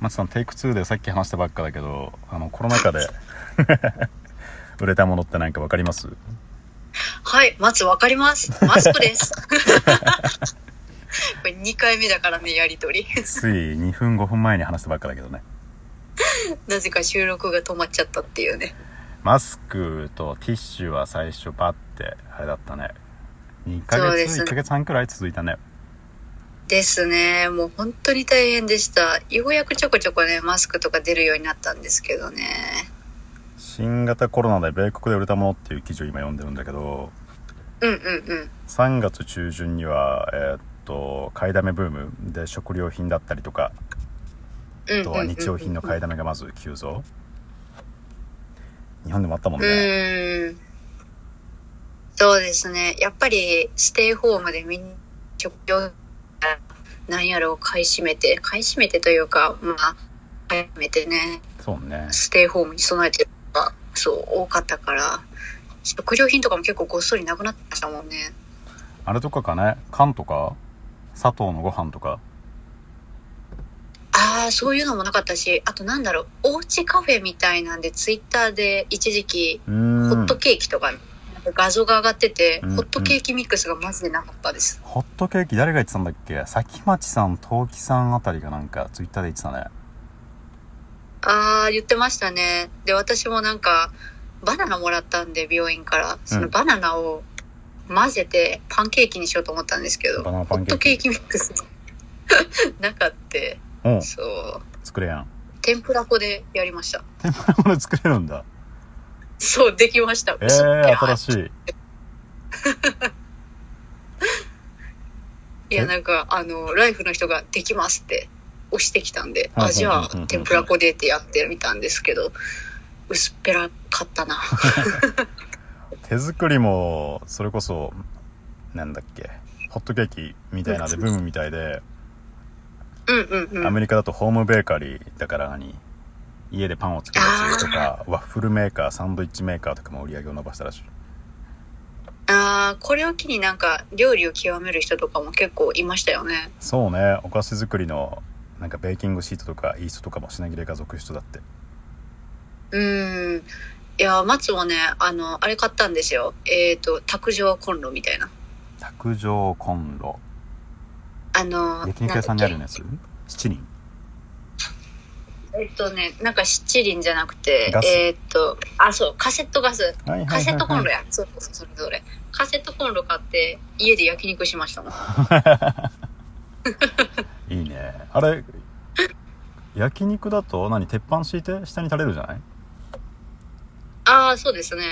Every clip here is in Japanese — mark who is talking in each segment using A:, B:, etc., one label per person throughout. A: マチさんテイク2でさっき話したばっかだけどあのコロナ禍で 売れたものって何か分かります
B: はい、まずわかります。マスクです。 これ2回目だからね、やりとり。
A: つい2分5分前に話したばっかだけどね
B: なぜか収録が止まっちゃったっていうね。
A: マスクとティッシュは最初パッてあれだったね2ヶ
B: そうで
A: 月
B: す
A: 1ヶ月半くらい続いたね
B: ですね。もう本当に大変でした。ようやくちょこちょこね、マスクとか出るようになったんですけどね。
A: 新型コロナで米国で売れたものっていう記事を今読んでるんだけど
B: うんうんうん。
A: 3月中旬にはえーっと買いだめブームで食料品だったりとか
B: うんうんうんうん、
A: あとは日用品の買いだめがまず急増日本でもあったもん
B: う
A: ね
B: ーん。そうですね。やっぱり、ステイホームでみんな、食料、なんやろを買い占めて、買い占めてというか、まあ、買い占めてね、
A: そうね
B: ステイホームに備えてるのが、そう、多かったから、食料品とかも結構ごっそりなくなってましたもんね。
A: あれとかかね缶とか砂糖のご飯とか
B: ああ、そういうのもなかったし、あとなんだろう、おうちカフェみたいなんで、ツイッターで一時期、
A: う
B: ホ
A: ー
B: ッ
A: ん
B: トケーキとか、画像が上がってて、
A: うんうん
B: ホットケーキミックスがマジでなかったです。
A: ホットケーキ誰が言ってたんだっけ先町さん陶器さんあたりがなんかツイッターで言ってたね
B: ああ、言ってましたね。で、私もなんか、バナナもらったんで、病院から。そのバナナを混ぜて、パンケーキにしようと思ったんですけど、
A: バナナパ
B: ホ
A: ン
B: ッ
A: ケー
B: ト
A: キ
B: ケーキミックス なかって、
A: うん
B: そう。
A: 作れやん
B: 天ぷら粉でやりました。
A: これ作れるんだ
B: そう、できました。
A: え
B: い
A: ー、
B: や
A: 新しい
B: いや、なんか、あの、ライフの人ができますって押してきたんで、
A: はいはい
B: あ、じゃあ
A: うんうんうん、
B: 天ぷら粉でってやってみたんですけど、薄っぺらかったな。
A: 手作りもそれこそなんだっけホットケーキみたいなのでブームみたいで
B: うんうんう
A: ア
B: ん。
A: メリカだとホームベーカリーだから何家でパンを作るやつとかワッフルメーカーサンドイッチメーカーとかも売り上げを伸ばしたらしい
B: ああ、これを機になんか、料理を極める人とかも結構いましたよね。
A: そうねお菓子作りのなんかベーキングシートとかイーストとかも品切れが続出だって
B: うーん。いや、松もね、あの、あれ買ったんですよ。えっ、と、卓上コンロみたいな。
A: 卓上コンロ
B: あの、
A: 焼肉屋さんにある
B: な
A: や
B: だっ
A: つ七輪
B: けえっ、とね、なんか七輪じゃなくて
A: ガ、ス
B: えっ、と、あ、そう、カセットガス。
A: はいはいはいはい
B: カセットコンロや。そうそう、それぞれ。カセットコンロ買って、家で焼肉しましたもん。
A: いいねあれ焼肉だと何鉄板敷いて下に垂れるじゃない
B: ああ、そうですね。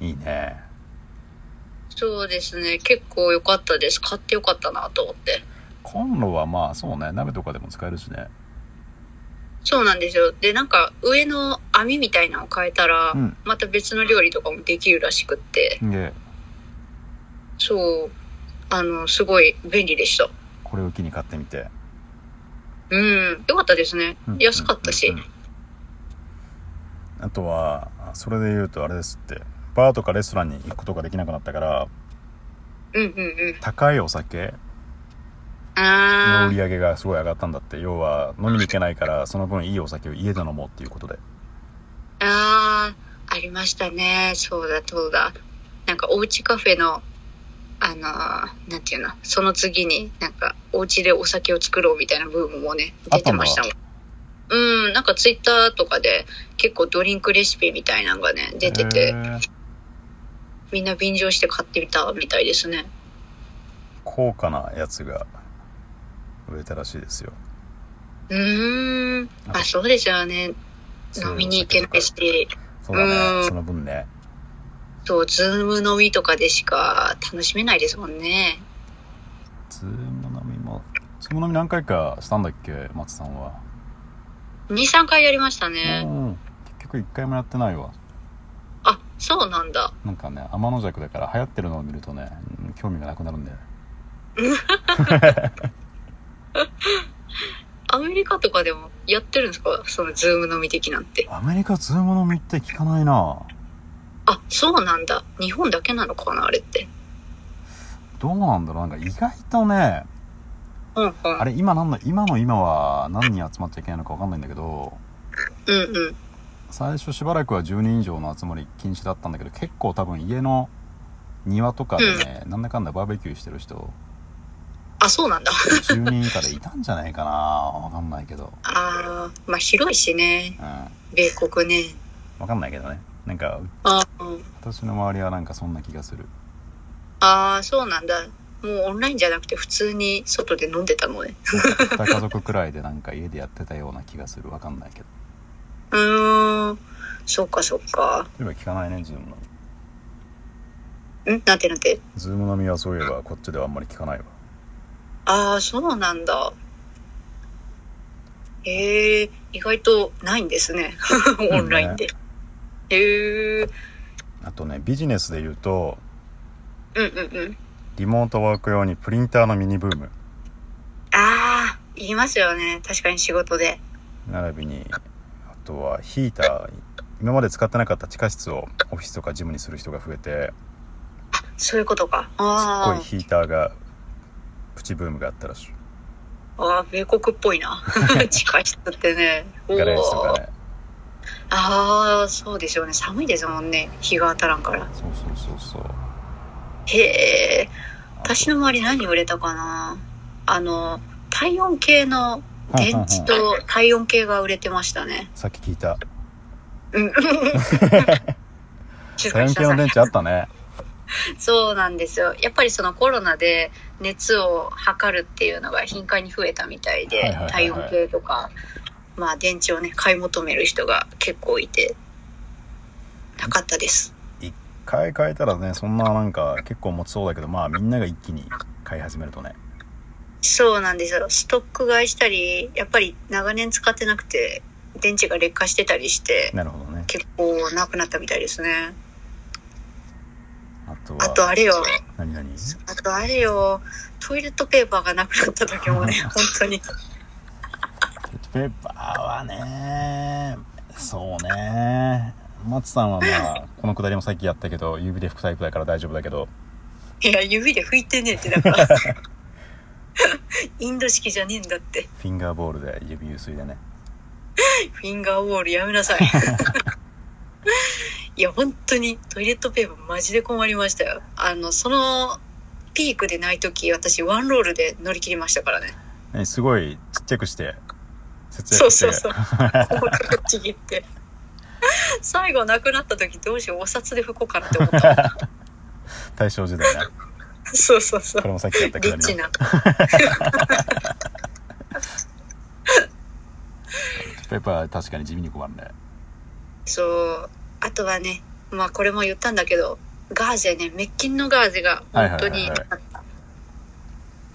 A: いいね
B: そうですね。結構良かったです。買って良かったなと思って。
A: コンロはまあそうね鍋とかでも使えるしね
B: そうなんですよ。で、なんか、上の網みたいなのを変えたら、
A: うん
B: また別の料理とかもできるらしくって。
A: で
B: そう。あの、すごい便利でした。
A: これを機に買ってみて
B: うん。よかったですね
A: うん。
B: 安かったし。
A: うんうんあとはあそれで言うとあれですってバーとかレストランに行くことができなくなったから
B: うんうんう
A: 高いお酒
B: ん。
A: の売
B: あ
A: り上げがすごい上がったんだって要は飲みに行けないからその分いいお酒を家で飲もうっていうことで
B: あ、ああ、ありましたね。そうだ、そうだ。なんか、おうちカフェの、あのー、なんていうの、その次に、なんか、おうちでお酒を作ろうみたいなブームもね、
A: あ
B: 出
A: った
B: て
A: んだ
B: ましたもん。うん、なんかツイッターとかで結構ドリンクレシピみたいなのがね、出
A: へ
B: てて、
A: ー
B: みんな便乗して買ってみたみたいですね。
A: 高価なやつが売れたらしいですよ
B: うーん。あ、そうですよね。飲みに行けないし、
A: そうだ
B: う
A: ね
B: ん
A: その分ね
B: そう、ズーム飲みとかでしか楽しめないですもんね。
A: ズーム飲みもズーム飲み何回かしたんだっけ松さんは、
B: 2、3回やりましたね。
A: うん結局一回もやってないわ
B: あ、そうなんだ。
A: なんかね天の弱だから流行ってるのを見るとねうん興味がなくなるんだよね
B: アメリカとかでもやってるんですかそのズーム飲み的なんて。
A: アメリカズーム飲みって聞かないな
B: あ、そうなんだ。日本だけなのかなあれって。
A: どうなんだろうなんか意外とね
B: うんうん。
A: あれ今なんだ今の今は何人集まっちゃいけないのか分かんないんだけど
B: うんうん。
A: 最初しばらくは10人以上の集まり禁止だったんだけど結構多分家の庭とかでね、なんだかんだバーベキューしてる人
B: あ、そうなんだ。
A: 10人以下でいたんじゃないかな分かんないけど
B: あー、まあ広いしね。
A: うん
B: 米国ね。
A: 分かんないけどねなんか
B: あー、うん
A: 私の周りはなんかそんな気がする
B: あー、そうなんだ。もうオンラインじゃなくて普通に外で飲んでたのね。
A: 2家族くらいでなんか家でやってたような気がする分かんないけど
B: うーん。そっかそっか。
A: そういえば聞かないねズームの
B: んなんてなんて。
A: ズームのみはそういえばこっちではあんまり聞かないわ
B: あー、そうなんだ。えー、意外とないんです ね。オンラインで。へえー。
A: あとねビジネスで言うと
B: うんうんうん。
A: リモートワーク用にプリンターのミニブーム
B: あー、言いますよね。確かに仕事で。
A: 並びにあとはヒーター今まで使ってなかった地下室をオフィスとかジムにする人が増えて
B: そういうことか。
A: すっ
B: あ
A: ごいヒーターがプチブームがあったらしい
B: あ、ああ、米国っぽ いな。地下室ってね。
A: ガレージとか
B: おー
A: ね
B: ああ、そうですよね。寒いですもんね。日が当たらんから。
A: そうそうそうそう
B: へえ。私の周り何売れたかな。あの、体温計の電
A: う
B: 池
A: んうんうん
B: と体温計が売れてましたね。
A: さっき聞いた
B: うん。静か
A: 体
B: に
A: 温
B: し
A: 計
B: なさ
A: の
B: い
A: 電池あったね
B: そうなんですよ。やっぱりそのコロナで熱を測るっていうのが頻回に増えたみたいで、
A: はいはいはい
B: 体温計とか、まあ電池をね、買い求める人が結構いて、なかったです。
A: 買い替えたらねそんななんか結構持ちそうだけどまあみんなが一気に買い始めるとね
B: そうなんですよ。ストック買いしたり、やっぱり長年使ってなくて、電池が劣化してたりして、
A: なるほどね
B: 結構なくなったみたいですね。
A: あと
B: あと
A: は
B: あれよ、
A: 何々
B: あとあれよ、トイレットペーパーがなくなった時もね、本当に。
A: トイレットペーパーはねそうね松さんはまあこのくだりもさっきやったけど指で拭くタイプだから大丈夫だけど
B: いや、指で拭いてねえって、だから。インド式じゃねえんだって。
A: フィンガーボールで指ゆすいでね
B: フィンガーウォールやめなさい。いや、本当にトイレットペーパーマジで困りましたよ。あの、そのピークでない時、私ワンロールで乗り切りましたからね。
A: ねすごいちっちゃくして節
B: そう
A: 約して
B: そうそう。細かくちぎって。最後なくなった時どうしよう、お札で拭こうかなって 思った。
A: 大正時代ね
B: そうそうそう
A: これ。もさっきやったく
B: リ
A: だ
B: ッチ
A: り
B: な。
A: ペーパーは確かに地味に困るね
B: そうあとはねまあこれも言ったんだけどガーゼね滅菌のガーゼが
A: はいは
B: 本
A: いは
B: 当
A: い
B: に
A: はい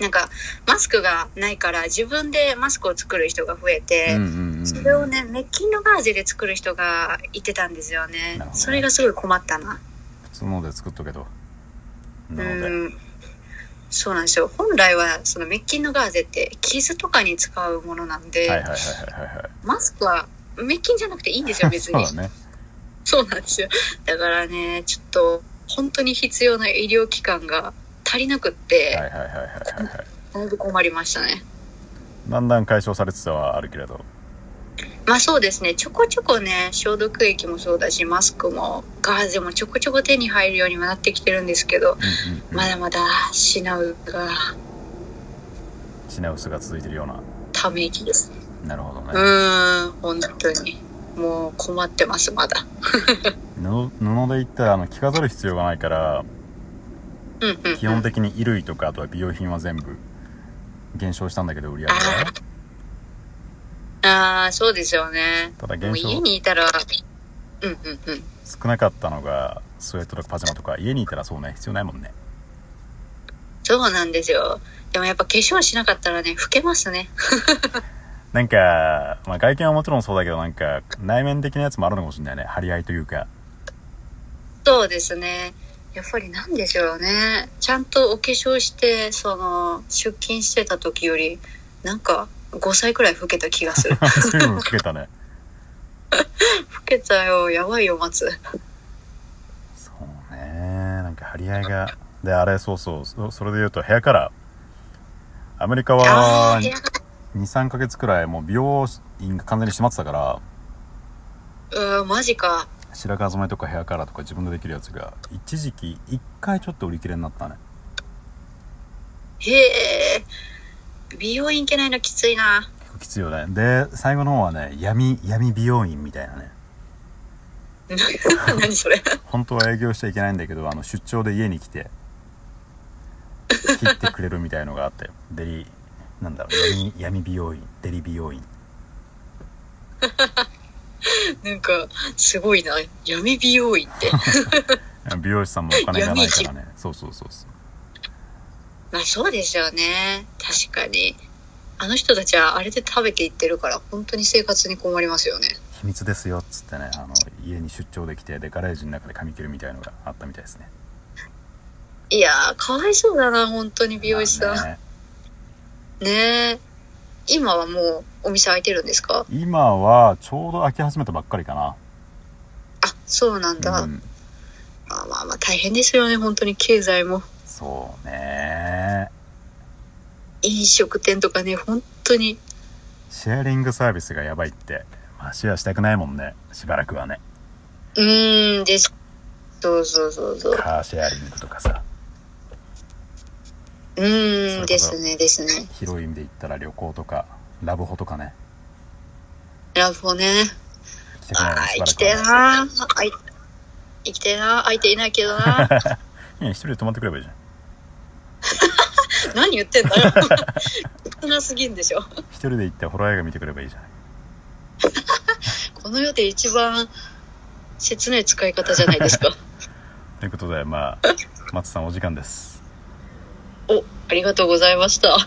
B: なんかマスクがないから自分でマスクを作る人が増えて、
A: うんうんうん
B: それをね滅菌のガーゼで作る人がいてたんですよね
A: なるほどね
B: それがすごい困ったな
A: 普通ので作っとけと
B: う
A: なので
B: んそうなんですよ本来はその滅菌のガーゼって傷とかに使うものなんで、
A: はいはいはいはいはいはい
B: マスクは滅菌じゃなくていいんですよ 別
A: そう
B: に
A: だね
B: そうなんですよ。だからね、ちょっと、本当に必要な医療機関が足りなくっ
A: はいは
B: て、
A: いはいはいはいはい
B: だいぶ困りましたね。
A: だんだん解消されつつはあるけれど
B: まあそうですね、ちょこちょこね、消毒液もそうだし、マスクも、ガーゼもちょこちょこ手に入るようにはなってきてるんですけど、
A: うんうんうん
B: まだまだ品うが
A: 品薄が続いてるような
B: ため息ですね。
A: なるほど
B: う
A: ね
B: ーん、本当に。もう困ってます、まだ。
A: 布布で言ったらあの着飾る必要がないから
B: うんうんうん。
A: 基本的に衣類とかあとは美容品は全部減少したんだけど売り上げ
B: あ
A: は
B: ーあー、そうですよね。
A: ただ
B: も
A: 減
B: う
A: 少
B: 家にいたら、うんうんうん。
A: 少なかったのがスウェットとかパジャマとか家にいたらそうね必要ないもんね
B: そうなんですよ。でもやっぱ化粧しなかったらね、老けますね。
A: なんか、まあ、外見はもちろんそうだけどなんか内面的なやつもあるのかもしれないね張り合いというか
B: そうですね。やっぱりなんでしょうね。ちゃんとお化粧して、その、出勤してた時より、なんか、5歳くらい老けた気が する。老
A: そういうのつけたね
B: けたよ。やばいよ、松。
A: そうねなんか張り合いがであれそうそうそそれで言うと部屋からアメリカ
B: あ
A: は
B: あ、出なか
A: 23ヶ月くらいもう美容院が完全に閉まってたから
B: った。うん、マジか。
A: 白髪染めとかヘアカラーとか自分でできるやつが一時期1回ちょっと売り切れになったね
B: へえ。美容院行けないのきついな。
A: 結構きついよねで最後の方はね闇闇美容院みたいなね
B: 何それ。
A: 本当は営業しちゃいけないんだけどあの出張で家に来て切ってくれるみたいのがあってデリなんだろう闇闇美容院デリ美容院
B: なんか、すごいな。闇美容院 って。
A: 美容師さんもお金がないからねそうそうそうそう
B: まあそうですよね。確かに。あの人たちはあれで食べていってるから、本当に生活に困りますよね。
A: 秘密ですよっつってねあの家に出張できてでガレージの中で髪切るみたいのがあったみたいですね
B: いやー、かわいそうだな、本当に美容師さん。
A: まあね
B: ねえ。今はもうお店開いてるんですか
A: 今はちょうど開き始めたばっかりか
B: あ、そうなんだ。
A: なうん
B: まあまあまあ大変ですよね、本当に経済も。
A: そうね
B: 飲食店とかね、本当に。
A: シェアリングサービスがやばいってまあシェアしたくないもんねしばらくはね
B: うーん、です。そうそうそうそう。
A: カーシェアリングとかさ
B: うーん、ですね、ですね。
A: 広い意味で言ったら旅行とかラブホとかね
B: ラフォね。
A: 来てくれない
B: あ
A: の
B: あ、
A: し
B: 生
A: ば
B: き
A: ら
B: てえ
A: くは
B: なあい生きてえな相手いないけど な
A: いや一人で泊まってくればいいじゃん
B: 何言ってんだよ。少なすぎんでしょ。
A: 一人で行ってホラー映画見てくればいいじゃん
B: この世で一番切ない使い方じゃな いですか。
A: ということでまあ松さんお時間です
B: お、ありがとうございました。